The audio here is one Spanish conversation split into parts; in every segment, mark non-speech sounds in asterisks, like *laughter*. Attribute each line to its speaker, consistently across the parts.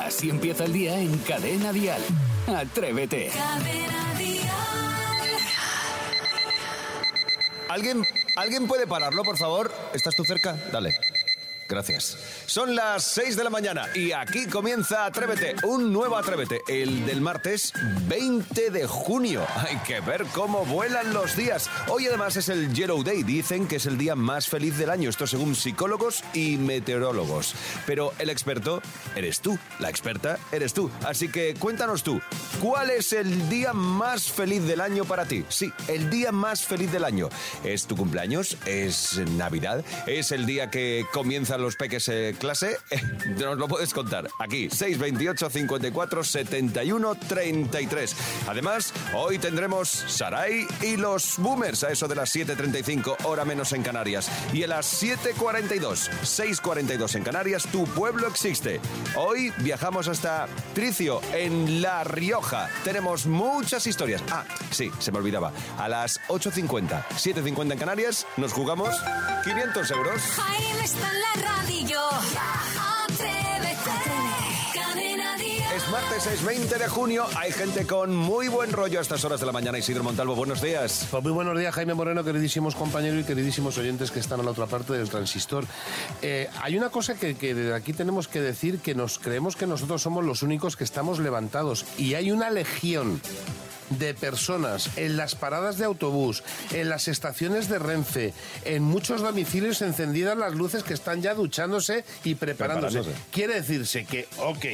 Speaker 1: Así empieza el día en Cadena Dial. Atrévete.
Speaker 2: ¿Alguien, ¿Alguien puede pararlo, por favor? ¿Estás tú cerca? Dale. Gracias. Son las 6 de la mañana y aquí comienza Atrévete, un nuevo Atrévete, el del martes 20 de junio. Hay que ver cómo vuelan los días. Hoy además es el Yellow Day, dicen que es el día más feliz del año, esto según psicólogos y meteorólogos. Pero el experto eres tú, la experta eres tú. Así que cuéntanos tú, ¿cuál es el día más feliz del año para ti? Sí, el día más feliz del año. ¿Es tu cumpleaños? ¿Es Navidad? ¿Es el día que comienzan los peques eh, clase? nos lo puedes contar aquí, 628 54 71 33. Además, hoy tendremos Sarai y los Boomers a eso de las 7.35, hora menos en Canarias. Y a las 7.42, 6.42 en Canarias, tu pueblo existe. Hoy viajamos hasta Tricio, en La Rioja. Tenemos muchas historias. Ah, sí, se me olvidaba. A las 8.50, 7.50 en Canarias, nos jugamos 500 euros.
Speaker 3: Jaime está en la radio. Atrévete. Cadena Dial.
Speaker 2: Es martes, es 20 de junio. Hay gente con muy buen rollo a estas horas de la mañana. Isidro Montalvo, buenos días.
Speaker 4: Pues muy buenos días, Jaime Moreno, queridísimos compañeros y queridísimos oyentes que están a la otra parte del transistor. Eh, hay una cosa que, que desde aquí tenemos que decir, que nos creemos que nosotros somos los únicos que estamos levantados. Y hay una legión de personas en las paradas de autobús, en las estaciones de Renfe, en muchos domicilios encendidas las luces que están ya duchándose y preparándose.
Speaker 2: Preparándose.
Speaker 4: Quiere decirse que, ok,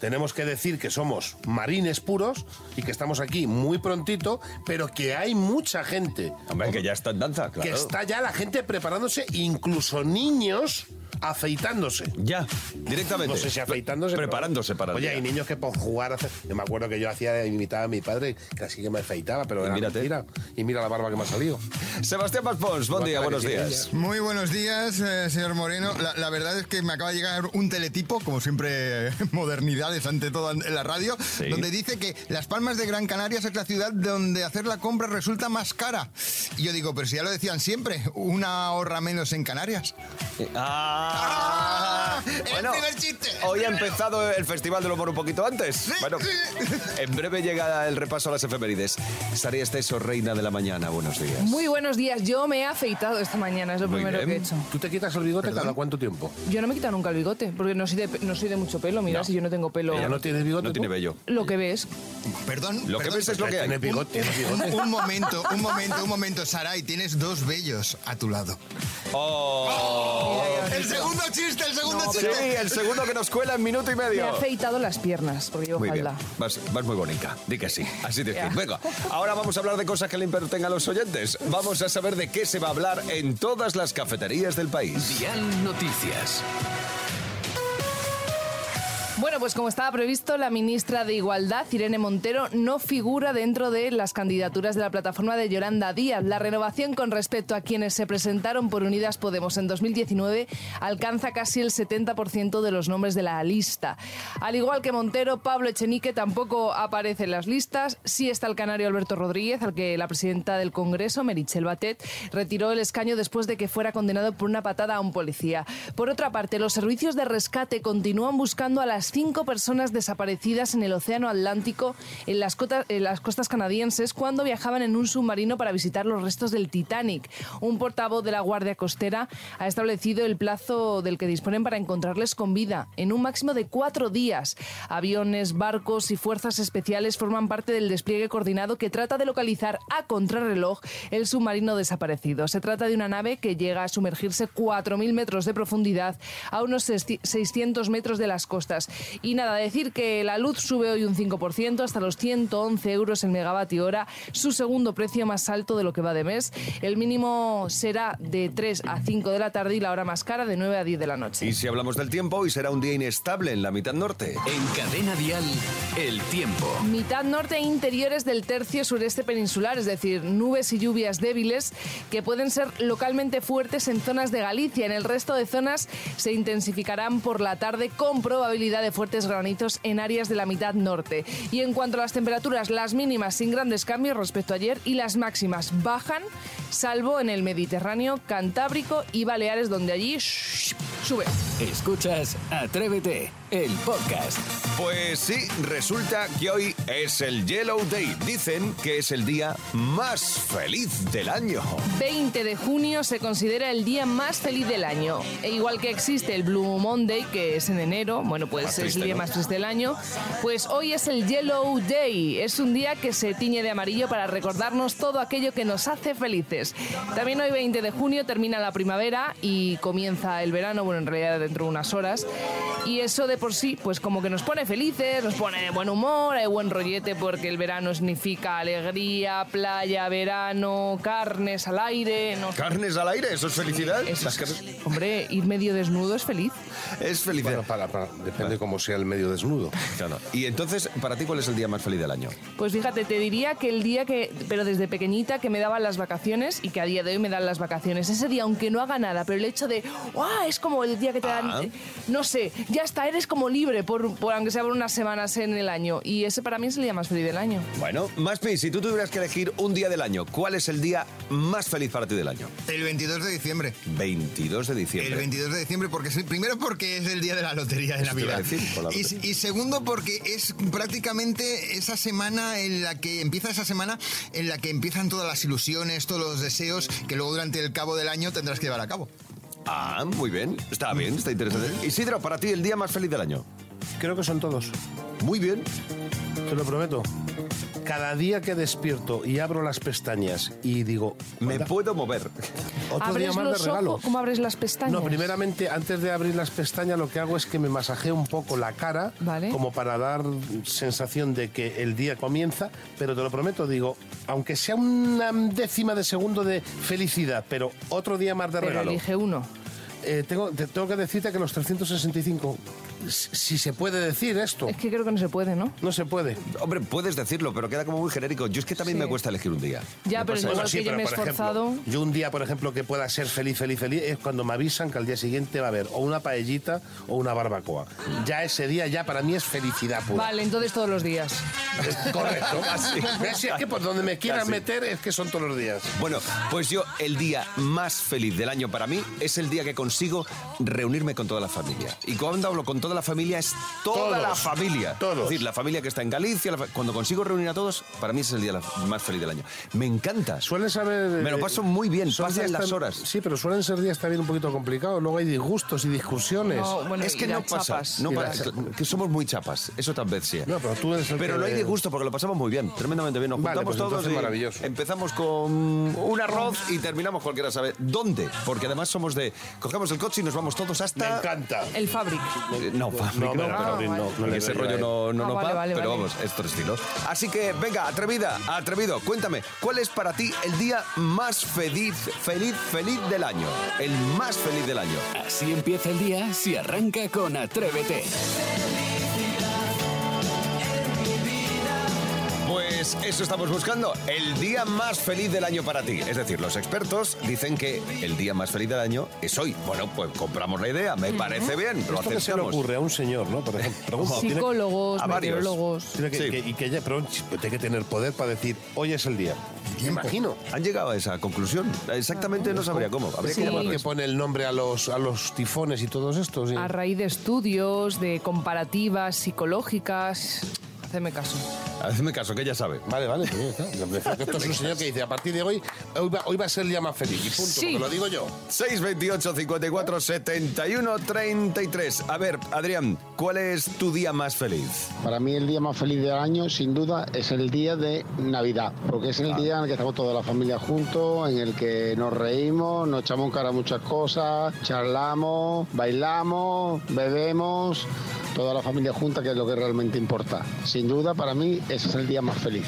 Speaker 4: tenemos que decir que somos marines puros y que estamos aquí muy prontito, pero que hay mucha gente
Speaker 2: Hombre, que ya está en danza, claro.
Speaker 4: que está ya la gente preparándose, incluso niños afeitándose.
Speaker 2: Ya, directamente.
Speaker 4: No sé si afeitándose. pero-
Speaker 2: Preparándose para el
Speaker 4: Oye,
Speaker 2: día.
Speaker 4: hay niños que por jugar. hace- Yo me acuerdo que yo hacía, imitaba a mi padre, casi que me afeitaba, pero era
Speaker 2: mírate.
Speaker 4: mentira. Y mira la barba que me ha salido.
Speaker 2: Sebastián Paspons, buen
Speaker 4: Igual
Speaker 2: día,
Speaker 4: que
Speaker 2: buenos
Speaker 4: parecía
Speaker 2: días.
Speaker 5: Muy buenos días, eh, señor Moreno. La, la verdad es que me acaba de llegar un teletipo, como siempre, *laughs* eh, modernidades ante todo en la radio, donde dice que Las Palmas de Gran Canarias es la ciudad donde hacer la compra resulta más cara. Y yo digo, pero si ya lo decían siempre, una horra menos en Canarias.
Speaker 2: Ah,
Speaker 5: *laughs* Ah, el primer chiste, el
Speaker 2: hoy ha
Speaker 5: primero.
Speaker 2: empezado el Festival del Humor un poquito antes.
Speaker 5: *laughs*
Speaker 2: Bueno, en breve llega el repaso a las efemérides. Estaría Esteso, reina de la mañana, buenos días.
Speaker 6: Muy buenos días. Yo me he afeitado esta mañana, es lo
Speaker 2: Muy
Speaker 6: primero
Speaker 2: bien.
Speaker 6: que he hecho.
Speaker 4: ¿Tú te quitas el bigote cada cuánto tiempo?
Speaker 6: Yo no me he quitado nunca el bigote, porque no soy de, pe- no soy de mucho pelo, mira, si yo no tengo pelo.
Speaker 4: Ella no tiene bigote.
Speaker 2: No tiene
Speaker 4: tú?
Speaker 2: bello.
Speaker 6: Lo que ves.
Speaker 5: Perdón.
Speaker 2: Lo que
Speaker 5: perdón,
Speaker 2: ves es lo que
Speaker 4: Tiene
Speaker 2: hay.
Speaker 4: bigote. tiene bigote.
Speaker 5: Un, un momento, un momento, un momento, Saray, tienes dos bellos a tu lado.
Speaker 2: Oh.
Speaker 5: El segundo chiste, el segundo
Speaker 2: Sí,
Speaker 5: chiste.
Speaker 2: el segundo que nos cuela en minuto y
Speaker 6: Me he
Speaker 2: medio.
Speaker 6: afeitado las piernas, porque llevo
Speaker 2: Muy bien,
Speaker 6: falda.
Speaker 2: vas, vas muy bonita, di que sí, así
Speaker 6: *laughs*
Speaker 2: te
Speaker 6: Ya.
Speaker 2: Venga, ahora vamos a hablar de cosas que le importen a los oyentes. Vamos a saber de qué se va a hablar en todas las cafeterías del país.
Speaker 1: Dial Noticias.
Speaker 6: Bueno, pues como estaba previsto, la ministra de Igualdad, Irene Montero, no figura dentro de las candidaturas de la plataforma de Yolanda Díaz. La renovación con respecto a quienes se presentaron por Unidas Podemos en 2019 alcanza casi el 70% de los nombres de la lista. Al igual que Montero, Pablo Echenique tampoco aparece en las listas. Sí está el canario Alberto Rodríguez, al que la presidenta del Congreso, Merichel Batet, retiró el escaño después de que fuera condenado por una patada a un policía. Por otra parte, los servicios de rescate continúan buscando a las cinco personas desaparecidas en el Océano Atlántico, en las, cota- en las costas canadienses, cuando viajaban en un submarino para visitar los restos del Titanic. Un portavoz de la Guardia Costera ha establecido el plazo del que disponen para encontrarles con vida, en un máximo de cuatro días. Aviones, barcos y fuerzas especiales forman parte del despliegue coordinado que trata de localizar a contrarreloj el submarino desaparecido. Se trata de una nave que llega a sumergirse 4.000 metros de profundidad a unos 600 metros de las costas. Y nada, decir que la luz sube hoy un 5% hasta los 111 euros el megavatio hora, su segundo precio más alto de lo que va de mes. El mínimo será de 3 a 5 de la tarde y la hora más cara de 9 a 10 de la noche.
Speaker 2: Y si hablamos del tiempo, hoy será un día inestable en la mitad norte.
Speaker 1: En Cadena Dial, el tiempo.
Speaker 6: Mitad norte e interiores del tercio sureste peninsular, es decir, nubes y lluvias débiles que pueden ser localmente fuertes en zonas de Galicia. En el resto de zonas se intensificarán por la tarde con probabilidad de fuertes granizos en áreas de la mitad norte. Y en cuanto a las temperaturas, las mínimas sin grandes cambios respecto a ayer y las máximas bajan, salvo en el Mediterráneo, Cantábrico y Baleares, donde allí shh, sube.
Speaker 1: Escuchas Atrévete, el podcast.
Speaker 2: Pues sí, resulta que hoy es el Yellow Day. Dicen que es el día más feliz del año.
Speaker 6: 20 de junio se considera el día más feliz del año. E igual que existe el Blue Monday, que es en enero, bueno, pues
Speaker 2: Más
Speaker 6: es
Speaker 2: triste,
Speaker 6: el día
Speaker 2: ¿no?
Speaker 6: más triste del año, pues hoy es el Yellow Day. Es un día que se tiñe de amarillo para recordarnos todo aquello que nos hace felices. También hoy 20 de junio termina la primavera y comienza el verano, bueno, en realidad dentro de unas horas. Y eso de por sí, pues como que nos pone felices, nos pone de buen humor, hay buen rollete porque el verano significa alegría, playa, verano, carnes al aire, no sé.
Speaker 2: Carnes al aire, eso es felicidad.
Speaker 6: Eso
Speaker 2: Las
Speaker 6: es-
Speaker 2: carnes-
Speaker 6: Hombre, ir medio desnudo es feliz.
Speaker 2: es
Speaker 4: Bueno,
Speaker 2: felicidad.
Speaker 4: para, para, depende cómo sea el medio desnudo.
Speaker 2: Claro. Y entonces, ¿para ti cuál es el día más feliz del año?
Speaker 6: Pues fíjate, te diría que el día que, pero desde pequeñita, que me daban las vacaciones y que a día de hoy me dan las vacaciones. Ese día, aunque no haga nada, pero el hecho de, ¡guau! Es como el día que te dan,
Speaker 2: Ah.
Speaker 6: eh, no sé, ya está, eres como libre, por, por aunque sea por unas semanas en el año. Y ese para mí es el día más feliz del año.
Speaker 2: Bueno, Maspi, si tú tuvieras que elegir un día del año, ¿cuál es el día más feliz para ti del año?
Speaker 5: El 22 de diciembre.
Speaker 2: 22 de diciembre.
Speaker 5: El 22 de diciembre, porque es el- primero porque es el día de la lotería de
Speaker 2: Eso te iba a
Speaker 5: Navidad.
Speaker 2: decir, por la
Speaker 5: Y,
Speaker 2: lotería.
Speaker 5: y segundo porque es prácticamente esa semana en la que empieza esa semana en la que empiezan todas las ilusiones, todos los deseos que luego durante el cabo del año tendrás que llevar a cabo.
Speaker 2: Ah, muy bien. Está bien, está
Speaker 5: *laughs*
Speaker 2: interesante. Isidro, para ti el día más feliz del año.
Speaker 4: Creo que son todos.
Speaker 2: Muy bien.
Speaker 4: Te lo prometo. Cada día que despierto y abro las pestañas y digo,
Speaker 2: Me
Speaker 4: "Anda,
Speaker 2: puedo mover.
Speaker 4: otro día
Speaker 6: ¿Abres
Speaker 4: más de
Speaker 6: los
Speaker 4: regalo.
Speaker 6: ojos? ¿Cómo abres las pestañas?
Speaker 4: No, primeramente, antes de abrir las pestañas, lo que hago es que me masajeo un poco la cara,
Speaker 6: Vale.
Speaker 4: como para dar sensación de que el día comienza, pero te lo prometo, digo, aunque sea una décima de segundo de felicidad, pero otro día más de
Speaker 6: Pero
Speaker 4: regalo.
Speaker 6: elige uno.
Speaker 4: Eh, tengo, te- tengo que decirte que los 365, si si se puede decir esto,
Speaker 6: Es que creo que no se puede, ¿no?
Speaker 4: no se puede.
Speaker 2: Hombre, puedes decirlo, pero queda como muy genérico. Yo es que también
Speaker 6: Sí.
Speaker 2: me cuesta elegir un día.
Speaker 6: Ya, pero
Speaker 4: Pasa
Speaker 6: igual
Speaker 4: eso.
Speaker 6: que yo me he
Speaker 4: por ejemplo,
Speaker 6: esforzado.
Speaker 4: yo un día, por ejemplo, que pueda ser feliz, feliz, feliz, es cuando me avisan que al día siguiente va a haber o una paellita o una barbacoa. Ya ese día, ya para mí es felicidad pura.
Speaker 6: Vale, entonces todos los días.
Speaker 4: Correcto.
Speaker 6: *laughs*
Speaker 4: ¿Ves? Si Es que por donde me quieran
Speaker 2: Casi.
Speaker 4: meter es que son todos los días.
Speaker 2: Bueno, pues yo el día más feliz del año para mí es el día que consigo reunirme con toda la familia. Y cuando hablo con toda la familia es toda
Speaker 4: Todos,
Speaker 2: la familia.
Speaker 4: todos.
Speaker 2: Es decir, la familia que está en Galicia. la fa- Cuando consigo reunir a todos, para mí es el día la- más feliz del año. Me encanta.
Speaker 4: Suelen saber. eh,
Speaker 2: Me lo paso muy bien, pasan las horas.
Speaker 4: Sí, pero suelen ser días también un poquito complicados. Luego hay disgustos y discusiones.
Speaker 6: No, bueno,
Speaker 2: es que
Speaker 6: y las
Speaker 2: no pasa,
Speaker 6: chapas.
Speaker 2: no
Speaker 4: Y
Speaker 2: pasa,
Speaker 4: las chapas.
Speaker 2: que somos muy chapas, eso tal vez sea.
Speaker 4: No, pero tú eres el
Speaker 2: Pero
Speaker 4: que-
Speaker 2: no hay de gusto porque lo pasamos muy bien, tremendamente bien. Nos
Speaker 4: Vale,
Speaker 2: juntamos
Speaker 4: pues
Speaker 2: todos
Speaker 4: entonces
Speaker 2: y
Speaker 4: maravilloso.
Speaker 2: empezamos con un arroz y terminamos cualquiera sabe dónde, porque además somos de cogemos el coche y nos vamos todos
Speaker 4: Me
Speaker 2: hasta
Speaker 4: encanta.
Speaker 6: El Fabric.
Speaker 2: Eh, no,
Speaker 4: No,
Speaker 2: fábrica,
Speaker 4: no,
Speaker 2: no,
Speaker 6: Ah,
Speaker 4: Gabriel,
Speaker 6: vale.
Speaker 4: no, no le
Speaker 2: ese
Speaker 4: doy a
Speaker 2: rollo
Speaker 4: él.
Speaker 2: no, no,
Speaker 6: Ah,
Speaker 2: no
Speaker 6: vale,
Speaker 2: va,
Speaker 6: vale,
Speaker 2: pero
Speaker 6: vale.
Speaker 2: vamos, es otro estilo. Así que, venga, atrevida, atrevido, cuéntame, ¿cuál es para ti el día más feliz, feliz, feliz del año? El más feliz del año.
Speaker 1: Así empieza el día si arranca con Atrévete.
Speaker 2: Pues eso estamos buscando, el día más feliz del año para ti. Es decir, los expertos dicen que el día más feliz del año es hoy. Bueno, pues compramos la idea, me parece bien, lo
Speaker 4: ¿Esto que se le
Speaker 2: aceptamos.
Speaker 4: ocurre a un señor, no? Por ejemplo, pregunta, tiene-
Speaker 6: Psicólogos,
Speaker 2: a varios.
Speaker 6: meteorólogos.
Speaker 4: tiene que,
Speaker 2: Sí.
Speaker 4: que- y que haya, pero un chico tiene que tener poder para decir, hoy es el día. Me imagino.
Speaker 2: ¿Han llegado a esa conclusión? Exactamente no sabría cómo. Habría
Speaker 4: Es
Speaker 2: que
Speaker 4: como el
Speaker 2: llamarlo
Speaker 4: que
Speaker 2: eso.
Speaker 4: pone el nombre a los, a los tifones y todos estos. y-
Speaker 6: A raíz de estudios, de comparativas psicológicas. Haceme caso.
Speaker 2: Hazme caso, que ya sabe.
Speaker 4: Vale, vale. pues ya está. Me refiero que Esto es un señor que dice, a partir de hoy, hoy va, hoy va a ser el día más feliz. Y punto,
Speaker 6: Sí.
Speaker 4: porque lo digo yo.
Speaker 2: 628 54 71 33. A ver, Adrián, ¿cuál es tu día más feliz?
Speaker 7: Para mí el día más feliz del año, sin duda, es el día de Navidad, porque es el
Speaker 4: Ah.
Speaker 7: día en el que estamos toda la familia juntos, en el que nos reímos, nos echamos en cara muchas cosas, charlamos, bailamos, bebemos, toda la familia junta, que es lo que realmente importa. Sin duda, para mí, ese es el día más feliz.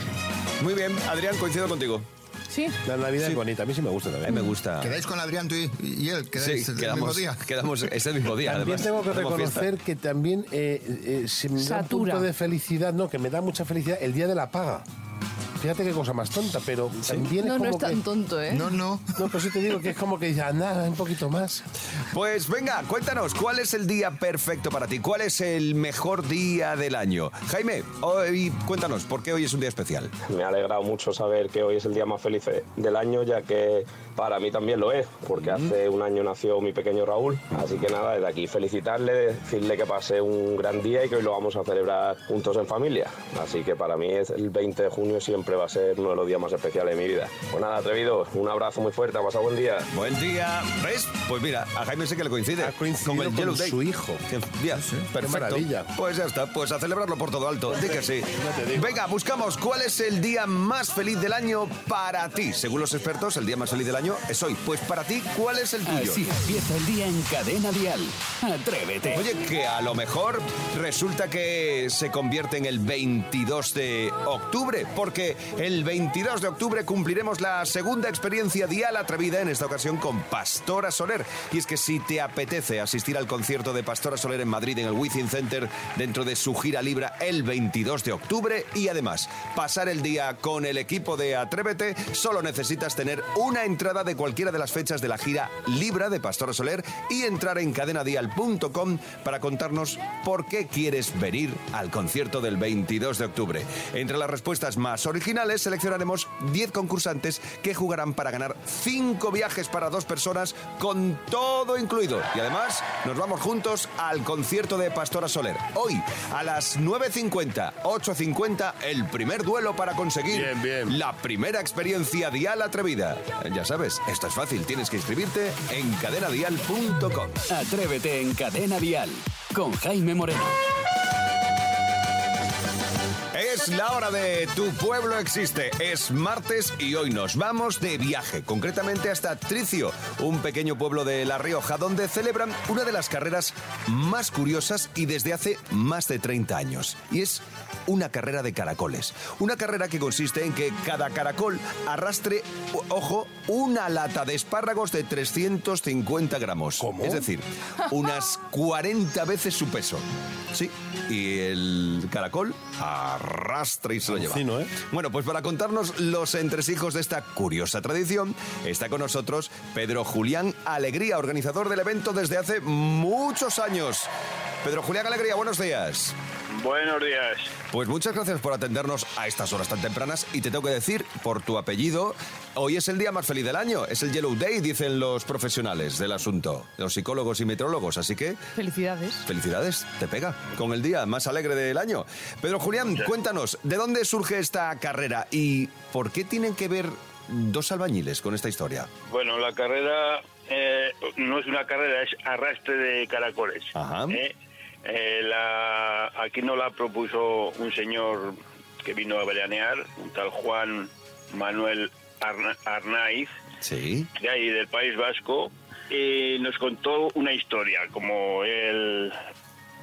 Speaker 2: Muy bien, Adrián, coincido contigo.
Speaker 6: Sí.
Speaker 4: La Navidad es bonita, a mí sí me gusta
Speaker 2: A mí
Speaker 4: también.
Speaker 2: me gusta.
Speaker 5: Ah. ¿Quedáis con Adrián tú y, y él? ¿Quedáis
Speaker 2: Sí,
Speaker 5: el mismo
Speaker 2: quedamos,
Speaker 5: día?
Speaker 2: quedamos ese mismo día.
Speaker 4: También
Speaker 2: además.
Speaker 4: tengo que
Speaker 2: Hacemos fiesta.
Speaker 4: reconocer que también eh, eh, se me da un
Speaker 6: Satura.
Speaker 4: punto de felicidad, no, que me da mucha felicidad el día de la paga. Fíjate qué cosa más tonta, pero también es
Speaker 6: No, no
Speaker 4: como
Speaker 6: es tan
Speaker 4: que-
Speaker 6: tonto, ¿eh?
Speaker 5: No, no.
Speaker 4: No, pero sí te digo que es como que dices, anda, un poquito más.
Speaker 2: Pues venga, cuéntanos, ¿cuál es el día perfecto para ti? ¿Cuál es el mejor día del año? Jaime, hoy cuéntanos, ¿por qué hoy es un día especial?
Speaker 8: *laughs* Me ha alegrado mucho saber que hoy es el día más feliz eh, del año, ya que para mí también lo es, porque hace un año nació mi pequeño Raúl. Así que nada, desde aquí felicitarle, decirle que pase un gran día y que hoy lo vamos a celebrar juntos en familia. Así que para mí es el 20 de junio siempre va a ser uno de los días más especiales de mi vida. Pues nada, atrevidos, un abrazo muy fuerte, pasa buen día.
Speaker 2: Buen día, ¿ves? Pues mira, a Jaime sí que le coincide.
Speaker 4: Ha coincidido
Speaker 2: el
Speaker 4: con
Speaker 2: Yellow Day.
Speaker 4: su hijo.
Speaker 2: Qué bien, perfecto.
Speaker 4: maravilla.
Speaker 2: Pues ya está, pues a celebrarlo por todo alto, di que
Speaker 4: *laughs*
Speaker 2: sí. Venga, buscamos cuál es el día más feliz del año para ti. Según los expertos, el día más feliz del año es hoy. Pues para ti, ¿cuál es el tuyo?
Speaker 1: Así empieza el día en cadena dial. Atrévete.
Speaker 2: Oye, que a lo mejor resulta que se convierte en el 22 de octubre, porque el 22 de octubre cumpliremos la segunda experiencia dial atrevida, en esta ocasión con Pastora Soler. Y es que si te apetece asistir al concierto de Pastora Soler en Madrid, en el Wizzing Center, dentro de su gira Libra el 22 de octubre, y además pasar el día con el equipo de Atrévete, solo necesitas tener una entrada de cualquiera de las fechas de la gira Libra de Pastora Soler y entrar en cadenadial.com para contarnos por qué quieres venir al concierto del 22 de octubre. Entre las respuestas más originales seleccionaremos 10 concursantes que jugarán para ganar 5 viajes para dos personas con todo incluido. Y además nos vamos juntos al concierto de Pastora Soler. Hoy a las 9.50, 8.50 el primer duelo para conseguir
Speaker 4: Bien, bien.
Speaker 2: la primera experiencia dial atrevida. Ya sabes, esto es fácil, tienes que inscribirte en cadenadial.com.
Speaker 1: Atrévete en cadena dial. Con Jaime Moreno.
Speaker 2: Es la hora de Tu Pueblo Existe. Es martes y hoy nos vamos de viaje, concretamente hasta Tricio, un pequeño pueblo de La Rioja donde celebran una de las carreras más curiosas y desde hace más de 30 años. Y es una carrera de caracoles. Una carrera que consiste en que cada caracol arrastre, o- ojo, una lata de espárragos de 350 gramos.
Speaker 4: ¿Cómo?
Speaker 2: Es decir, unas 40 veces su peso. Sí, y el caracol arrastra y se lo lleva.
Speaker 4: Alucino, ¿eh?
Speaker 2: Bueno, pues para contarnos los entresijos de esta curiosa tradición, está con nosotros Pedro Julián Alegría, organizador del evento desde hace muchos años. Pedro Julián Alegría, buenos días.
Speaker 9: Buenos días.
Speaker 2: Pues muchas gracias por atendernos a estas horas tan tempranas y te tengo que decir, por tu apellido, hoy es el día más feliz del año, es el Yellow Day, dicen los profesionales del asunto, los psicólogos y meteorólogos, así que
Speaker 6: Felicidades.
Speaker 2: Felicidades, te pega con el día más alegre del año. Pedro Julián, cuéntanos, ¿de dónde surge esta carrera y por qué tienen que ver dos albañiles con esta historia?
Speaker 9: Bueno, la carrera eh, no es una carrera, es arrastre de caracoles.
Speaker 2: Ajá.
Speaker 9: ¿eh? Eh, la- aquí no la propuso un señor que vino a veranear, un tal Juan Manuel Arna- Arnaiz,
Speaker 2: Sí.
Speaker 9: de ahí del País Vasco, y nos contó una historia, como él,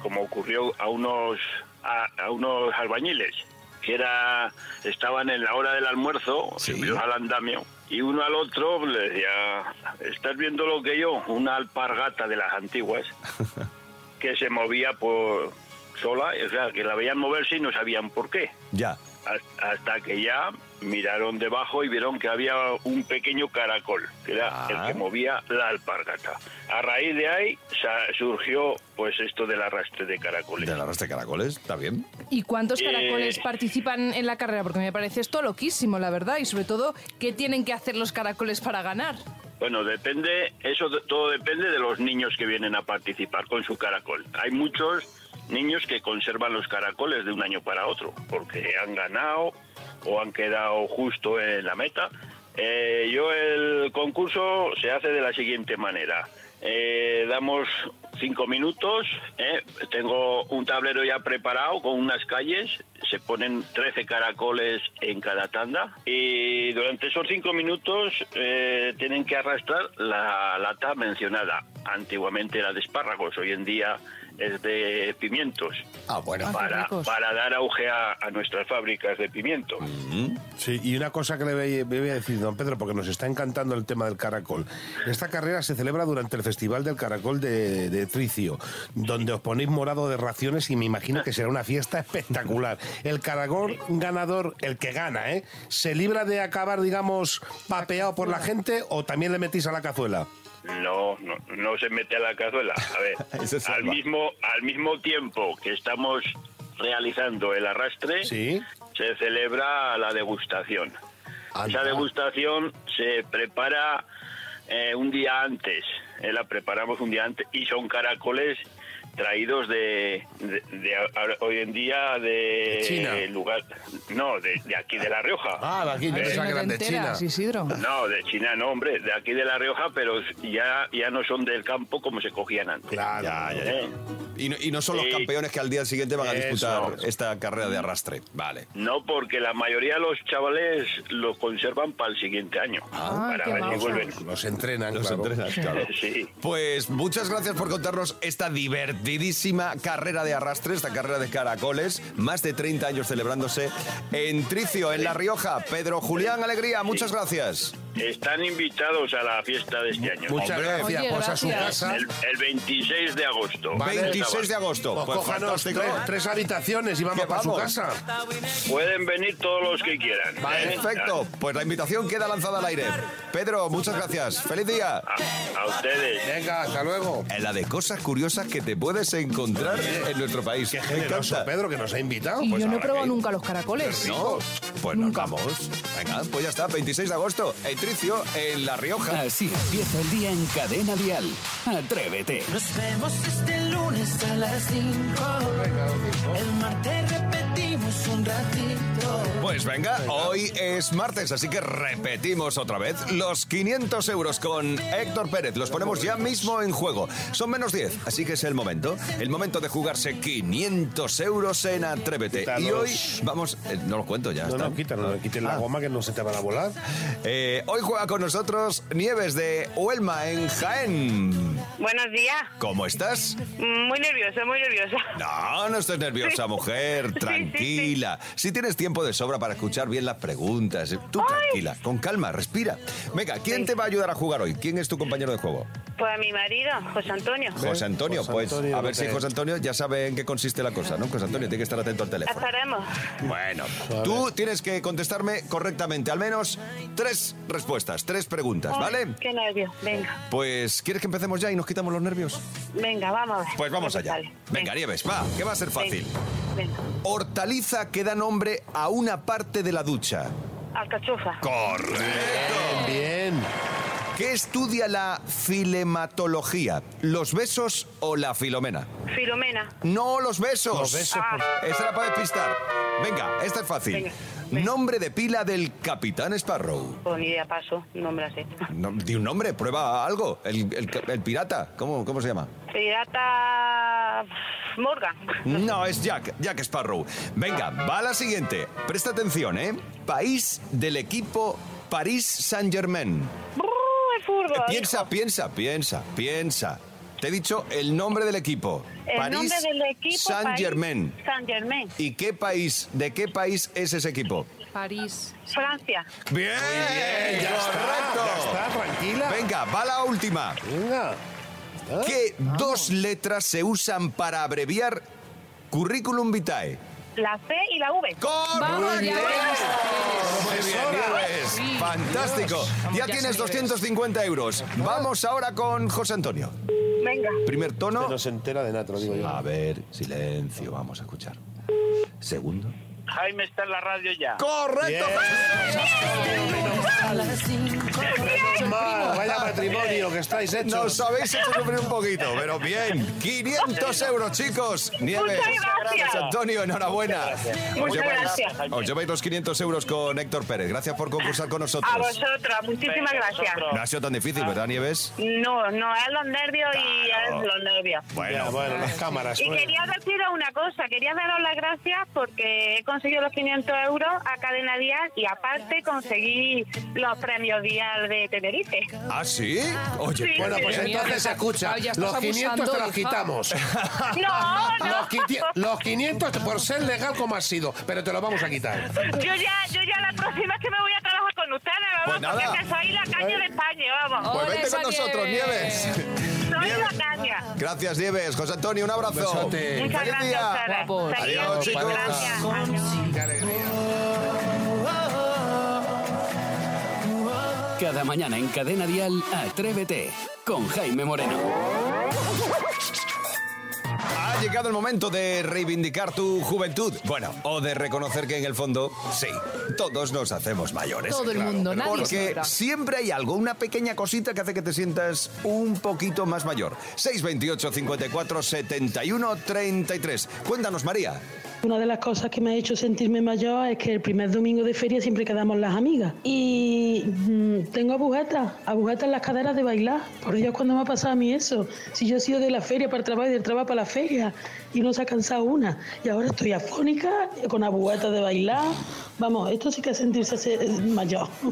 Speaker 9: como ocurrió a unos a, a unos albañiles que era estaban en la hora del almuerzo
Speaker 2: Sí.
Speaker 9: subidos al andamio y uno al otro le decía estás viendo lo que yo una alpargata de las antiguas que se movía por sola o sea que la veían moverse y no sabían por qué
Speaker 2: Ya.
Speaker 9: Has- hasta que ya miraron debajo y vieron que había un pequeño caracol, que era
Speaker 2: Ah.
Speaker 9: el que movía la alpargata. A raíz de ahí sa- surgió pues esto del arrastre de caracoles.
Speaker 2: ¿De la de caracoles? ¿Está bien?
Speaker 6: ¿Y cuántos caracoles
Speaker 9: Eh.
Speaker 6: participan en la carrera? Porque me parece esto loquísimo, la verdad. Y sobre todo, ¿qué tienen que hacer los caracoles para ganar?
Speaker 9: Bueno, depende, eso de- todo depende de los niños que vienen a participar con su caracol. Hay muchos niños que conservan los caracoles de un año para otro, porque han ganado o han quedado justo en la meta. Eh, yo el concurso se hace de la siguiente manera. Eh, damos cinco minutos, ¿eh? tengo un tablero ya preparado con unas calles, se ponen 13 caracoles en cada tanda y durante esos cinco minutos eh, tienen que arrastrar la lata mencionada. Antiguamente era de espárragos, hoy en día es de pimientos.
Speaker 2: Ah, bueno.
Speaker 9: Para,
Speaker 6: ricos.
Speaker 9: para dar auge a, a nuestras fábricas de pimientos.
Speaker 2: Mm.
Speaker 4: Sí, y una cosa que le voy, le voy a decir, don Pedro, porque nos está encantando el tema del caracol. Esta carrera se celebra durante el Festival del Caracol de, de Tricio, donde os ponéis morado de raciones y me imagino que será una fiesta espectacular. El caracol ganador, el que gana, ¿eh? ¿Se libra de acabar, digamos, papeado por la gente o también le metís a la cazuela?
Speaker 9: No, no, no se mete a la cazuela. A
Speaker 4: *laughs*
Speaker 9: ver,
Speaker 2: Eso es
Speaker 9: al
Speaker 2: salva.
Speaker 9: mismo, al mismo tiempo que estamos realizando el arrastre,
Speaker 4: Sí.
Speaker 9: se celebra la degustación.
Speaker 4: Anda.
Speaker 9: Esa degustación se prepara eh, un día antes, eh, la preparamos un día antes y son caracoles traídos de, de- de a- a- hoy en día de
Speaker 4: China.
Speaker 9: lugar no de, de aquí de la Rioja
Speaker 4: Ah, de aquí, yo
Speaker 9: Eh,
Speaker 4: pensaba que eran de China.
Speaker 6: Isidro.
Speaker 9: no, de China no, hombre, de aquí de La Rioja, pero ya, ya no son del campo como se cogían antes.
Speaker 4: Claro.
Speaker 2: Ya, ya, ya.
Speaker 9: ¿eh?
Speaker 2: Y no, y no son los
Speaker 9: Sí.
Speaker 2: campeones que al día siguiente van a
Speaker 4: Eso.
Speaker 2: disputar esta carrera de arrastre. Vale.
Speaker 9: No, porque la mayoría de los chavales los conservan para el siguiente año,
Speaker 6: Ah,
Speaker 9: para
Speaker 6: qué
Speaker 9: ver si
Speaker 6: maja.
Speaker 9: vuelven.
Speaker 4: Los entrenan,
Speaker 2: Los
Speaker 4: claro. *laughs*
Speaker 2: entrenas, claro.
Speaker 9: Sí.
Speaker 2: Pues muchas gracias por contarnos esta divertidísima carrera de arrastre, esta carrera de caracoles, más de 30 años celebrándose en Tricio, en La Rioja. Pedro Julián Alegría, muchas gracias.
Speaker 9: Están invitados a la fiesta de este año.
Speaker 4: Muchas
Speaker 2: Hombre.
Speaker 4: gracias.
Speaker 6: Oye,
Speaker 4: pues a su
Speaker 6: gracias.
Speaker 4: casa.
Speaker 9: El, el 26 de agosto.
Speaker 4: Vale.
Speaker 2: 26 de agosto.
Speaker 4: Pues
Speaker 2: Pues
Speaker 4: cójanos
Speaker 2: fantástico.
Speaker 4: tres, tres habitaciones y vamos
Speaker 2: Que
Speaker 4: para su
Speaker 2: vamos.
Speaker 4: casa.
Speaker 9: Pueden venir todos los que quieran. ¿eh?
Speaker 2: Perfecto. Pues la invitación queda lanzada al aire. Pedro, muchas gracias. Feliz día.
Speaker 9: A, a ustedes.
Speaker 4: Venga, hasta luego.
Speaker 2: En La de cosas curiosas que te puedes encontrar en nuestro país.
Speaker 4: Qué
Speaker 2: Me
Speaker 4: generoso,
Speaker 2: encanta.
Speaker 4: Pedro, que nos ha invitado.
Speaker 6: Y
Speaker 4: Pues
Speaker 6: yo no he
Speaker 4: ahora
Speaker 6: probado
Speaker 4: que-
Speaker 6: nunca los caracoles.
Speaker 2: No, pues nos vamos. Venga, pues ya está, 26 de agosto, en Tricio, en La Rioja.
Speaker 1: Así empieza el día en Cadena Dial. Atrévete.
Speaker 10: Nos vemos este lunes a las 5. El martes repetimos un ratito.
Speaker 2: Pues venga, hoy es martes, así que repetimos otra vez los 500 euros con Héctor Pérez. Los ponemos ya mismo en juego. Son menos 10, así que es el momento. El momento de jugarse 500 euros en Atrévete. Y hoy vamos... eh, no lo cuento, ya
Speaker 4: No,
Speaker 2: está. Ah.
Speaker 4: no, quítalo, no, quiten la goma que no se te van a volar.
Speaker 2: Eh, hoy juega con nosotros Nieves de Huelma, en Jaén.
Speaker 11: Buenos días.
Speaker 2: ¿Cómo estás?
Speaker 11: Mm, Muy nerviosa, muy nerviosa.
Speaker 2: No, no estés nerviosa, mujer. Tranquila. Si tienes tiempo de sobra para escuchar bien las preguntas, eh, tú tranquila, con calma, respira. Venga, ¿quién te va a ayudar a jugar hoy? ¿Quién es tu compañero de juego?
Speaker 11: *laughs* Pues a mi marido, José Antonio.
Speaker 2: José Antonio,
Speaker 4: José
Speaker 2: pues
Speaker 4: Antonio,
Speaker 2: a ver
Speaker 4: no
Speaker 2: si
Speaker 4: te-
Speaker 2: José Antonio ya sabe en qué consiste la cosa, ¿no? José Antonio tiene que estar atento al teléfono.
Speaker 11: Estaremos.
Speaker 2: Bueno, tú tienes que contestarme correctamente, al menos tres respuestas, tres preguntas,
Speaker 11: Ay,
Speaker 2: ¿vale?
Speaker 11: Qué nervios. Venga,
Speaker 2: Pues, ¿quieres que empecemos ya y nos quitamos los nervios?
Speaker 11: venga, vamos a ver.
Speaker 2: Pues vamos
Speaker 11: ¿Qué
Speaker 2: allá.
Speaker 11: sale?
Speaker 2: Venga, Nieves, va, que Pues, va a ser fácil.
Speaker 11: Venga.
Speaker 2: Hortaliza que da nombre a una parte de la ducha.
Speaker 11: Alcachufa.
Speaker 2: Correcto.
Speaker 4: Bien.
Speaker 2: ¿Qué estudia la filematología? ¿Los besos o la filomena?
Speaker 11: Filomena.
Speaker 2: No los besos.
Speaker 4: Los besos,
Speaker 11: Ah.
Speaker 2: Esta la puedes pistar. Venga, esta es fácil.
Speaker 11: Venga, venga.
Speaker 2: Nombre de pila del Capitán Sparrow.
Speaker 11: Pues ni idea, paso. No me la sé.
Speaker 2: No, di un nombre, prueba algo. El, el- el pirata, ¿cómo, cómo se llama?
Speaker 11: Pirata Morgan.
Speaker 2: No, es Jack, Jack Sparrow. Venga, va la siguiente. Presta atención, ¿eh? País del equipo París Saint-Germain. Eh,
Speaker 11: Brrr, el furgo.
Speaker 2: Piensa, piensa, piensa, piensa. Te he dicho el nombre del equipo.
Speaker 11: El nombre del equipo.
Speaker 2: Saint Germain.
Speaker 11: San Germain.
Speaker 2: ¿Y qué país? ¿De qué país es ese equipo?
Speaker 6: París.
Speaker 11: Francia.
Speaker 2: Bien,
Speaker 4: ya
Speaker 2: correcto.
Speaker 4: está, ya está, tranquila.
Speaker 2: Venga, va la última.
Speaker 4: Venga. ¿Ah?
Speaker 2: ¿Qué dos letras se usan para abreviar currículum vitae?
Speaker 11: La C y la V.
Speaker 6: Vamos,
Speaker 2: ¡Correcto!
Speaker 6: ya
Speaker 2: Muy bien, Nieves.
Speaker 6: Sí,
Speaker 2: Fantástico.
Speaker 6: Dios. Vamos,
Speaker 2: Ya
Speaker 6: ya
Speaker 2: tienes
Speaker 6: sé, Nieves.
Speaker 2: 250 euros. Vamos ahora con José Antonio.
Speaker 11: Venga.
Speaker 2: Primer tono.
Speaker 4: Que No se entera de nada, te lo digo yo.
Speaker 2: A ver, silencio, vamos a escuchar. Segundo.
Speaker 9: Jaime está en la radio ya.
Speaker 2: ¡Correcto!
Speaker 10: Este A las 5.
Speaker 4: Ma, vaya matrimonio que estáis hechos.
Speaker 2: Nos habéis hecho sufrir un poquito, pero bien. 500 euros, chicos. Nieves,
Speaker 11: Muchas gracias.
Speaker 2: Antonio, enhorabuena. Os
Speaker 11: Muchas
Speaker 2: lleváis,
Speaker 11: gracias.
Speaker 2: os lleváis los 500 euros con Héctor Pérez. Gracias por concursar con
Speaker 11: A
Speaker 2: nosotros.
Speaker 11: vosotros. Muchísimas gracias.
Speaker 2: No ha sido tan difícil, ¿verdad, Nieves?
Speaker 11: No, no, es los nervios y
Speaker 2: Claro.
Speaker 11: es los nervios.
Speaker 4: Ya,
Speaker 2: Bueno,
Speaker 4: bueno, las cámaras.
Speaker 11: Y
Speaker 4: bueno.
Speaker 11: quería deciros una cosa, quería daros las gracias porque he con- conseguido los 500 euros a Cadena Dial y aparte conseguí los premios Dial de
Speaker 2: *laughs*
Speaker 11: Tenerife.
Speaker 2: ¿Ah, sí? Oye,
Speaker 11: Sí,
Speaker 4: Bueno,
Speaker 11: sí,
Speaker 4: pues
Speaker 11: sí.
Speaker 4: entonces escucha,
Speaker 6: Ay, ya estás
Speaker 4: los 500 te
Speaker 6: abusando,
Speaker 4: los
Speaker 6: hija.
Speaker 4: quitamos.
Speaker 11: No, no.
Speaker 4: Los, quiti- los 500 por ser legal como has sido, pero te los vamos a quitar.
Speaker 11: Yo ya, yo ya la próxima es que me voy a trabajar con ustedes,
Speaker 2: Pues
Speaker 11: vamos,
Speaker 2: nada.
Speaker 11: porque es que soy la caña de España, vamos.
Speaker 2: Pues
Speaker 6: Ole,
Speaker 2: vente con
Speaker 6: esa
Speaker 2: nosotros, Nieves.
Speaker 6: Nieves.
Speaker 11: Soy
Speaker 2: Nieves.
Speaker 11: la caña.
Speaker 2: Gracias, Nieves. José Antonio, un abrazo.
Speaker 4: Besote.
Speaker 11: Muchas
Speaker 2: Feliz
Speaker 11: gracias,
Speaker 2: día.
Speaker 11: Sara.
Speaker 6: Guapos.
Speaker 11: Seguimos.
Speaker 2: Adiós, chicos.
Speaker 11: Gracias. Adiós.
Speaker 4: Qué alegría.
Speaker 1: Cada mañana en Cadena Dial, Atrévete con Jaime Moreno.
Speaker 2: Ha llegado el momento de reivindicar tu juventud. Bueno, o de reconocer que en el fondo, sí, todos nos hacemos mayores.
Speaker 6: Todo el mundo, nadie
Speaker 2: Porque
Speaker 6: sobra.
Speaker 2: siempre hay algo, una pequeña cosita que hace que te sientas un poquito más mayor. 628 54 71 33. Cuéntanos, María.
Speaker 12: Una de las cosas que me ha hecho sentirme mayor es que el primer domingo de feria siempre quedamos las amigas. Y mm, tengo agujetas, agujetas en las caderas de bailar. Por ello, cuando me ha pasado a mí eso? Si yo he sido de la feria para el trabajo y del trabajo para la feria, y no se ha cansado una. Y ahora estoy afónica, con agujetas de bailar. Vamos, esto sí que es sentirse se- mayor. *laughs*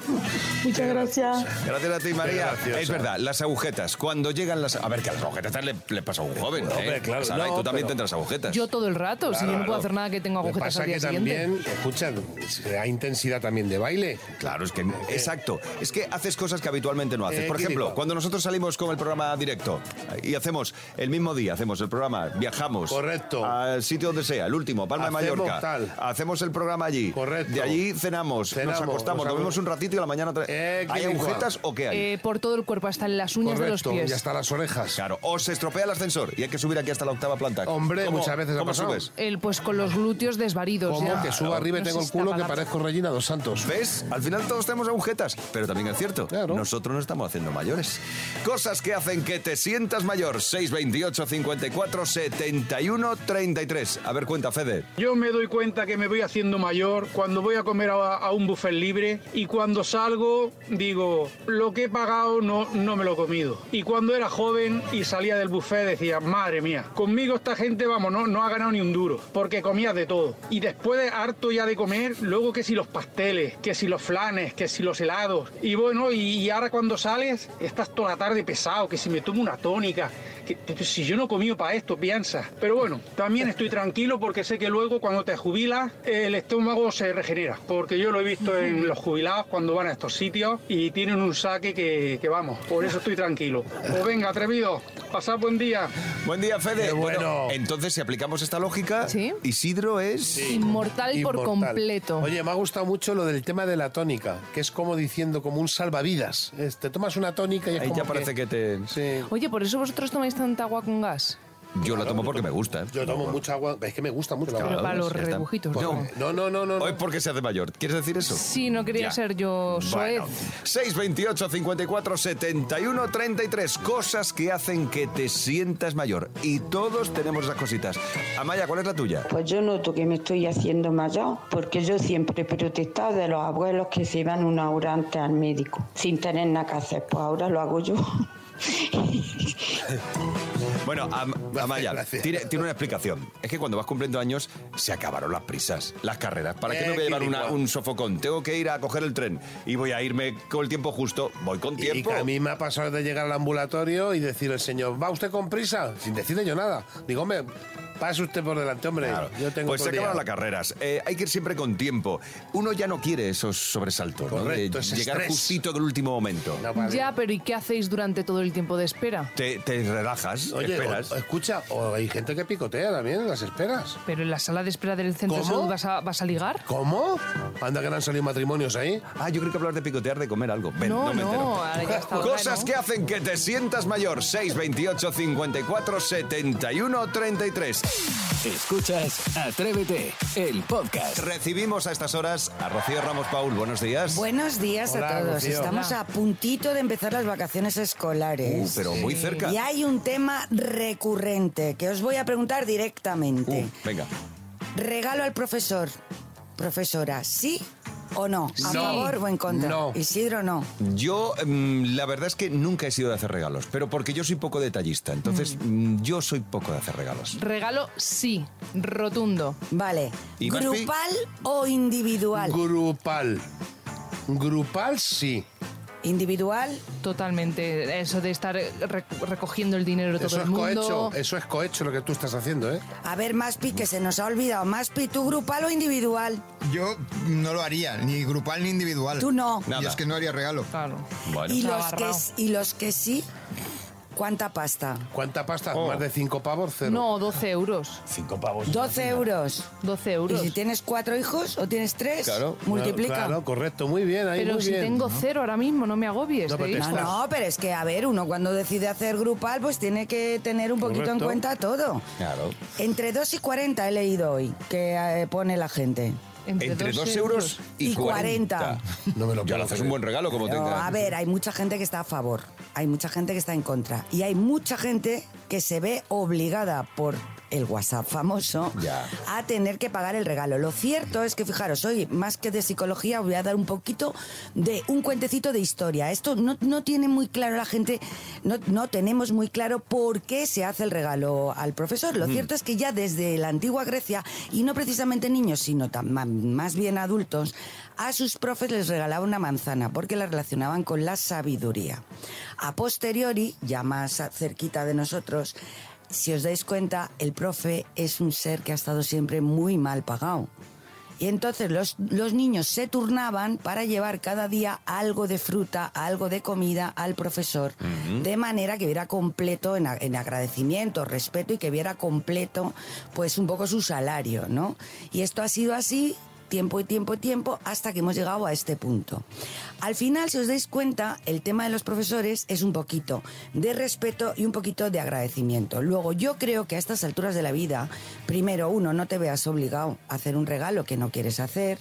Speaker 12: Muchas gracias.
Speaker 2: Gracias a ti, María.
Speaker 4: graciosa.
Speaker 2: Es verdad, las agujetas. Cuando llegan las. A ver, que a las agujetas le, le pasa a un joven.
Speaker 4: Hombre,
Speaker 2: ¿eh?
Speaker 4: claro,
Speaker 2: Sara, y tú
Speaker 4: no,
Speaker 2: también
Speaker 4: pero-
Speaker 2: tendrás agujetas.
Speaker 6: Yo todo el rato, si yo no puedo
Speaker 4: Claro.
Speaker 6: hacer nada que tenga
Speaker 4: Lo que
Speaker 6: agujetas
Speaker 4: pasa
Speaker 6: al día
Speaker 4: que
Speaker 6: siguiente.
Speaker 4: también, escucha, hay intensidad también de baile.
Speaker 2: Claro, es que. Exacto. Es que haces cosas que habitualmente no haces.
Speaker 4: Eh,
Speaker 2: Por ejemplo,
Speaker 4: Quirico.
Speaker 2: cuando nosotros salimos con el programa directo y hacemos el mismo día, hacemos el programa, viajamos.
Speaker 4: Correcto.
Speaker 2: Al sitio donde sea, el último, Palma de
Speaker 4: Hacemos
Speaker 2: Mallorca.
Speaker 4: tal.
Speaker 2: Hacemos el programa allí.
Speaker 4: Correcto.
Speaker 2: De allí cenamos,
Speaker 4: Cenamos,
Speaker 2: nos acostamos,
Speaker 4: nos
Speaker 2: dormimos
Speaker 4: acostamos.
Speaker 2: un ratito y a la mañana. otra-
Speaker 4: Eh,
Speaker 2: ¿Hay
Speaker 4: Quirico.
Speaker 2: agujetas o qué hay?
Speaker 6: Eh, por todo el cuerpo, hasta en las uñas
Speaker 4: Correcto,
Speaker 6: de los
Speaker 4: y
Speaker 6: pies.
Speaker 4: hasta las orejas.
Speaker 2: Claro, o se estropea el ascensor y hay que subir aquí hasta la octava planta.
Speaker 4: Hombre,
Speaker 2: ¿Cómo-
Speaker 4: muchas veces ha
Speaker 2: ¿cómo
Speaker 4: pasado.
Speaker 2: subes?
Speaker 6: El, pues con los glúteos desvaridos.
Speaker 4: Como
Speaker 6: ya.
Speaker 4: que subo arriba y
Speaker 6: No
Speaker 4: tengo
Speaker 6: sé
Speaker 4: el
Speaker 6: si
Speaker 4: culo
Speaker 6: está
Speaker 4: que
Speaker 6: palabra.
Speaker 4: parezco Regina dos Santos.
Speaker 2: ¿Ves? Al final todos tenemos agujetas, pero también es cierto,
Speaker 4: Claro.
Speaker 2: nosotros no estamos haciendo mayores. Cosas que hacen que te sientas mayor. 628 54 71 33. A ver, cuenta, Fede.
Speaker 13: Yo me doy cuenta que me voy haciendo mayor cuando voy a comer a, a un buffet libre y cuando salgo digo, lo que he pagado no, no me lo he comido. Y cuando era joven y salía del buffet decía, madre mía, conmigo esta gente, vamos, no, no ha ganado ni un duro, porque comía de todo. Y después de harto ya de comer, luego que si los pasteles, que si los flanes, que si los helados. Y bueno, y, y ahora cuando sales, estás toda la tarde pesado, que si me tomo una tónica, que que si yo no he comido para esto, piensa. Pero bueno, también estoy tranquilo porque sé que luego cuando te jubilas el estómago se regenera. Porque yo lo he visto en los jubilados cuando van a estos sitios y tienen un saque que, que vamos. Por eso estoy tranquilo. Pues venga, atrevido, pasad buen día.
Speaker 2: Buen día, Fede.
Speaker 4: Qué bueno.
Speaker 2: entonces, si aplicamos esta lógica,
Speaker 6: Sí.
Speaker 2: Isidro es.
Speaker 6: Inmortal, por
Speaker 4: Inmortal.
Speaker 6: completo.
Speaker 4: Oye, me ha gustado mucho lo del tema de la tónica, que es como diciendo, como un salvavidas. Es, te tomas una tónica y es
Speaker 2: Ahí
Speaker 4: como
Speaker 2: ya parece que te.
Speaker 4: Sí.
Speaker 6: Oye, por eso vosotros tomáis tanta agua con gas.
Speaker 2: Yo la tomo porque me gusta. ¿eh?
Speaker 4: Yo tomo mucha agua, es que me gusta mucho la
Speaker 6: Pero
Speaker 4: agua.
Speaker 6: para los
Speaker 2: ya está.
Speaker 6: rebujitos.
Speaker 2: No.
Speaker 6: ¿no?
Speaker 4: No, no, no, no. no.
Speaker 2: Hoy porque se hace mayor. ¿Quieres decir eso?
Speaker 6: Sí, no quería
Speaker 2: Ya.
Speaker 6: ser yo soez.
Speaker 2: Bueno, 628 54 71 33 cosas que hacen que te sientas mayor y todos tenemos esas cositas. Amaya, ¿cuál es la tuya?
Speaker 12: Pues yo noto que me estoy haciendo mayor porque yo siempre he protestado de los abuelos que se iban una hora antes al médico sin tener nada que hacer. Pues ahora lo hago yo.
Speaker 2: Bueno, Am- Amaya,
Speaker 4: *laughs* gracias.
Speaker 2: tiene, tiene una explicación. Es que cuando vas cumpliendo años se acabaron las prisas, las carreras. ¿Para qué
Speaker 4: Eh,
Speaker 2: me voy a llevar
Speaker 4: qué
Speaker 2: una-
Speaker 4: igual.
Speaker 2: un sofocón? Tengo que ir a coger el tren y voy a irme con el tiempo justo. Voy con
Speaker 4: Y
Speaker 2: tiempo.
Speaker 4: que a mí me ha pasado de llegar al ambulatorio y decir el señor, ¿va usted con prisa? Sin decirle yo nada. Digo, hombre, pase usted por delante, hombre.
Speaker 2: Claro.
Speaker 4: Yo tengo
Speaker 2: pues se
Speaker 4: todo el día.
Speaker 2: acabaron las carreras. Eh, hay que ir siempre con tiempo. Uno ya no quiere esos sobresaltos, ¿no? De
Speaker 4: Correcto, ese
Speaker 2: llegar
Speaker 4: estrés.
Speaker 2: justito en el último momento.
Speaker 4: No, vale.
Speaker 6: Ya, pero ¿y qué hacéis durante todo el tiempo de espera?
Speaker 2: Te, te relajas,
Speaker 4: Oye,
Speaker 2: esperas.
Speaker 4: o- escucha, o hay gente que picotea también en las esperas.
Speaker 6: ¿Pero en la sala de espera del centro de
Speaker 4: ¿Cómo?
Speaker 6: salud vas a, vas a ligar?
Speaker 4: ¿Cómo? Anda que no han salido matrimonios ahí.
Speaker 2: Ah, yo creo que hablar de picotear, de comer algo. Ven,
Speaker 6: no,
Speaker 2: Eh, no me
Speaker 6: no,
Speaker 2: entero.
Speaker 6: ahora ya está.
Speaker 2: Cosas
Speaker 6: bueno.
Speaker 2: que hacen que te sientas mayor. 628 54 71 33.
Speaker 1: Escuchas Atrévete, el podcast.
Speaker 2: Recibimos a estas horas a Rocío Ramos Paul. Buenos
Speaker 14: *laughs*
Speaker 2: días.
Speaker 14: Buenos días
Speaker 4: Hola,
Speaker 14: a todos.
Speaker 4: Rocío.
Speaker 14: Estamos
Speaker 6: Hola.
Speaker 14: a puntito de empezar las vacaciones
Speaker 2: Uh,
Speaker 14: escolares.
Speaker 2: pero muy cerca.
Speaker 14: Y hay un tema recurrente que os voy a preguntar directamente.
Speaker 2: Uh, venga.
Speaker 14: ¿Regalo al profesor? Profesora, ¿sí o no? ¿A
Speaker 2: No.
Speaker 14: favor o en contra?
Speaker 2: No.
Speaker 14: Isidro, no.
Speaker 2: Yo, mm, la verdad es que nunca he sido de hacer regalos, pero porque yo soy poco detallista. Entonces, mm, yo soy poco de hacer regalos.
Speaker 6: Regalo sí, rotundo.
Speaker 14: Vale.
Speaker 2: ¿Y Marfi?
Speaker 14: ¿Grupal o individual?
Speaker 4: Grupal. Grupal sí.
Speaker 14: ¿Individual?
Speaker 6: Totalmente. Eso de estar re- recogiendo el dinero todo
Speaker 4: Eso
Speaker 6: el
Speaker 4: es
Speaker 6: mundo.
Speaker 4: cohecho, eso es cohecho lo que tú estás haciendo, ¿eh?
Speaker 14: A ver, Maspi, que se nos ha olvidado. Maspi, ¿tú grupal o individual?
Speaker 5: Yo no lo haría, ni grupal ni individual.
Speaker 14: Tú no.
Speaker 5: Yo
Speaker 14: Nada.
Speaker 5: es que no haría regalo.
Speaker 6: Claro.
Speaker 14: ¿Y, los que, ¿Y los que sí? ¿Cuánta pasta?
Speaker 4: ¿Cuánta pasta?
Speaker 2: Oh.
Speaker 4: ¿Más de 5 pavos? Cero.
Speaker 6: No, 12 euros.
Speaker 4: 5 pavos.
Speaker 14: 12 euros.
Speaker 6: 12 euros.
Speaker 14: ¿Y si tienes cuatro hijos o tienes tres? Multiplica.
Speaker 4: Claro, correcto, muy bien, ahí
Speaker 6: Pero
Speaker 4: muy
Speaker 6: si
Speaker 4: bien.
Speaker 6: tengo cero ahora mismo, no me agobies. ¿eh?
Speaker 4: No,
Speaker 6: te
Speaker 4: pero te
Speaker 6: digo.
Speaker 4: estás-
Speaker 14: No, pero es que, a ver, uno cuando decide hacer grupal, pues tiene que tener un poquito en
Speaker 4: Correcto.
Speaker 14: cuenta todo.
Speaker 2: Claro.
Speaker 14: Entre 2 y 40 he leído hoy que eh, pone la gente.
Speaker 2: Entre 2 euros y,
Speaker 14: y 40.
Speaker 4: No me lo
Speaker 2: Ya lo haces un buen regalo como
Speaker 14: Pero,
Speaker 2: tengas.
Speaker 14: a ver, hay mucha gente que está a favor, hay mucha gente que está en contra y hay mucha gente que se ve obligada por el WhatsApp famoso
Speaker 2: Ya.
Speaker 14: a tener que pagar el regalo. Lo cierto es que, fijaros, hoy más que de psicología voy a dar un poquito de un cuentecito de historia. Esto no, no tiene muy claro la gente, no, no tenemos muy claro por qué se hace el regalo al profesor. Lo
Speaker 15: Mm.
Speaker 14: cierto es que ya desde la antigua Grecia, y no precisamente niños, sino tam- ma- más bien adultos, a sus profes les regalaba una manzana porque la relacionaban con la sabiduría. A posteriori, ya más a- cerquita de nosotros, si os dais cuenta, el profe es un ser que ha estado siempre muy mal pagado. Y entonces los, los niños se turnaban para llevar cada día algo de fruta, algo de comida al profesor, de manera que viera completo en, a- en agradecimiento, respeto y que viera completo pues un poco su salario, ¿no? Y esto ha sido así tiempo y tiempo y tiempo hasta que hemos llegado a este punto. Al final, si os dais cuenta, el tema de los profesores es un poquito de respeto y un poquito de agradecimiento. Luego, yo creo que a estas alturas de la vida, primero, uno, no te veas obligado a hacer un regalo que no quieres hacer,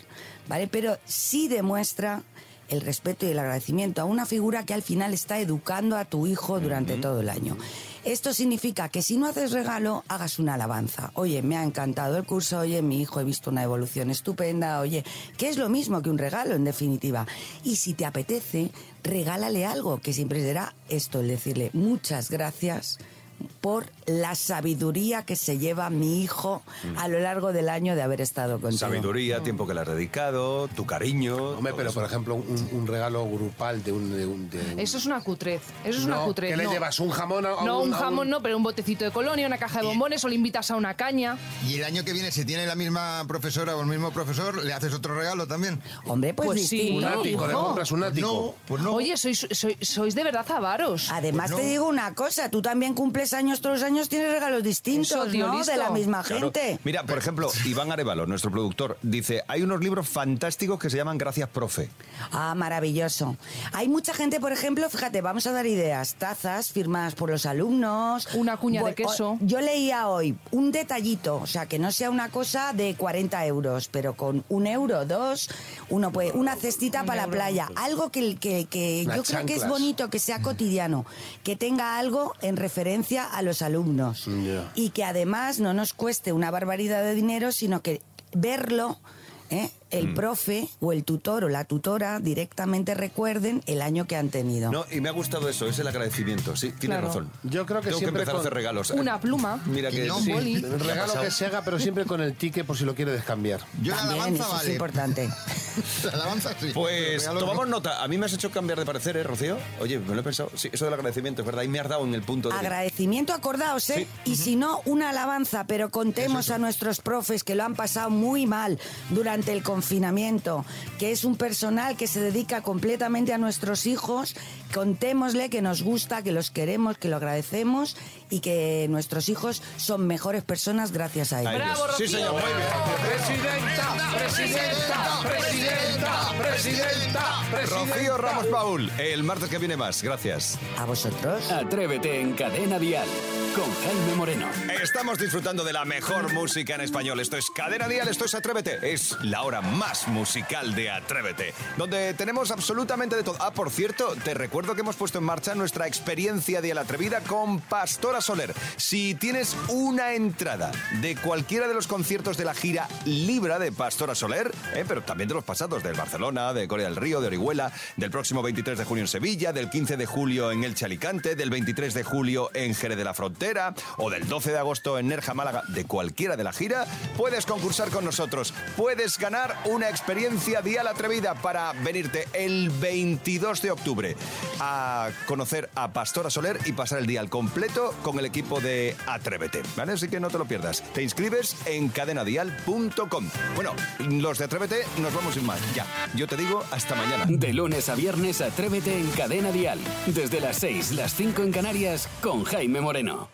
Speaker 14: ¿vale? Pero sí demuestra el respeto y el agradecimiento a una figura que al final está educando a tu hijo durante todo el año. Esto significa que si no haces regalo, hagas una alabanza. Oye, me ha encantado el curso, oye, mi hijo he visto una evolución estupenda, oye, que es lo mismo que un regalo en definitiva. Y si te apetece, regálale algo, que siempre será esto, el decirle muchas gracias por la sabiduría que se lleva mi hijo a lo largo del año de haber estado contigo.
Speaker 2: Sabiduría, tiempo que le has dedicado, tu cariño.
Speaker 4: Hombre, pero por ejemplo, un, un regalo grupal de un... De un, de un-
Speaker 6: Eso es una cutrez. Eso es una
Speaker 4: No,
Speaker 6: cutrez.
Speaker 4: ¿qué le
Speaker 6: no.
Speaker 4: llevas? ¿Un jamón a- a
Speaker 6: No,
Speaker 4: un-
Speaker 6: un
Speaker 4: a un-
Speaker 6: jamón no, pero un botecito de colonia, una caja de bombones o le invitas a una caña.
Speaker 5: Y el año que viene, si tiene la misma profesora o el mismo profesor, le haces otro regalo también.
Speaker 14: Hombre,
Speaker 6: pues Pues sí, distinto. Un ático, le compras
Speaker 5: un ático. No, pues no.
Speaker 6: Oye, sois, sois, sois de verdad avaros.
Speaker 14: Además
Speaker 6: Pues no.
Speaker 14: te digo una cosa, tú también cumples años todos los años, tienes regalos distintos,
Speaker 6: Eso, tío,
Speaker 14: ¿no? De
Speaker 6: listo.
Speaker 14: la misma
Speaker 2: Claro.
Speaker 14: gente.
Speaker 2: Mira, por
Speaker 4: *laughs*
Speaker 2: ejemplo, Iván Arevalo, nuestro productor, dice, hay unos libros fantásticos que se llaman Gracias, profe.
Speaker 14: Ah, maravilloso. Hay mucha gente, por ejemplo, fíjate, vamos a dar ideas, tazas firmadas por los alumnos. Una
Speaker 6: cuña de queso.
Speaker 14: Yo leía hoy un detallito, o sea, que no sea una cosa de 40 euros, pero con un euro, dos, uno puede, una cestita para la playa, algo que, que, que
Speaker 15: Unas
Speaker 14: yo creo que es
Speaker 15: chanclas.
Speaker 14: bonito, que sea cotidiano, que tenga algo en referencia a los alumnos. y que además no nos cueste una barbaridad de dinero, sino que verlo, ¿eh? el profe o el tutor o la tutora directamente recuerden el año que han tenido.
Speaker 2: No, y me ha gustado eso, es el agradecimiento. Sí, tienes
Speaker 14: Claro.
Speaker 2: razón.
Speaker 4: Yo creo que
Speaker 2: Tengo que
Speaker 4: siempre
Speaker 2: empezar a
Speaker 4: con-
Speaker 2: hacer regalos.
Speaker 6: Una pluma.
Speaker 2: Mira que
Speaker 4: Sí, el regalo que se haga, pero siempre con el ticket por si lo quiere descambiar.
Speaker 5: Yo la
Speaker 14: También,
Speaker 5: alabanza
Speaker 14: eso es
Speaker 5: vale.
Speaker 14: importante.
Speaker 5: La alabanza sí. pero el
Speaker 2: Pues
Speaker 5: regalo no.
Speaker 2: tomamos nota. A mí me has hecho cambiar de parecer, ¿eh, Rocío? Oye, me lo he pensado. Sí, eso del agradecimiento, es verdad. Y me has dado en el punto de... que-
Speaker 14: Agradecimiento, acordaos, ¿eh? Y si no, una alabanza, pero contemos a nuestros profes que lo han pasado muy mal durante el confinamiento, que es un personal que se dedica completamente a nuestros hijos, contémosle que nos gusta, que los queremos, que lo agradecemos y que nuestros hijos son mejores personas gracias a ellos.
Speaker 2: Sí, señor. Muy bien.
Speaker 10: Presidenta, presidenta, presidenta, presidenta,
Speaker 2: Rocío Ramos Paul, el martes que viene más. Gracias.
Speaker 14: A vosotros.
Speaker 1: Atrévete en Cadena Dial. con Jaime Moreno.
Speaker 2: Estamos disfrutando de la mejor música en español. Esto es Cadena Dial, esto es Atrévete. Es la hora más musical de Atrévete, donde tenemos absolutamente de todo. Ah, por cierto, te recuerdo que hemos puesto en marcha nuestra experiencia de la atrevida con Pastora Soler. Si tienes una entrada de cualquiera de los conciertos de la gira Libra de Pastora Soler, eh, pero también de los pasados, del Barcelona, de Corea del Río, de Orihuela, del próximo 23 de junio en Sevilla, del 15 de julio en El Chalicante, del 23 de julio en Jerez de la Frontera o del 12 de agosto en Nerja Málaga, de cualquiera de la gira, puedes concursar con nosotros. Puedes ganar una experiencia Dial Atrevida para venirte el 22 de octubre a conocer a Pastora Soler y pasar el día al completo con el equipo de Atrévete. ¿Vale? Así que no te lo pierdas. Te inscribes en cadenadial.com. Bueno, los de Atrévete nos vamos sin más. Ya, yo te digo hasta mañana.
Speaker 1: De lunes a viernes, atrévete en Cadena Dial. Desde las 6, las 5 en Canarias, con Jaime Moreno.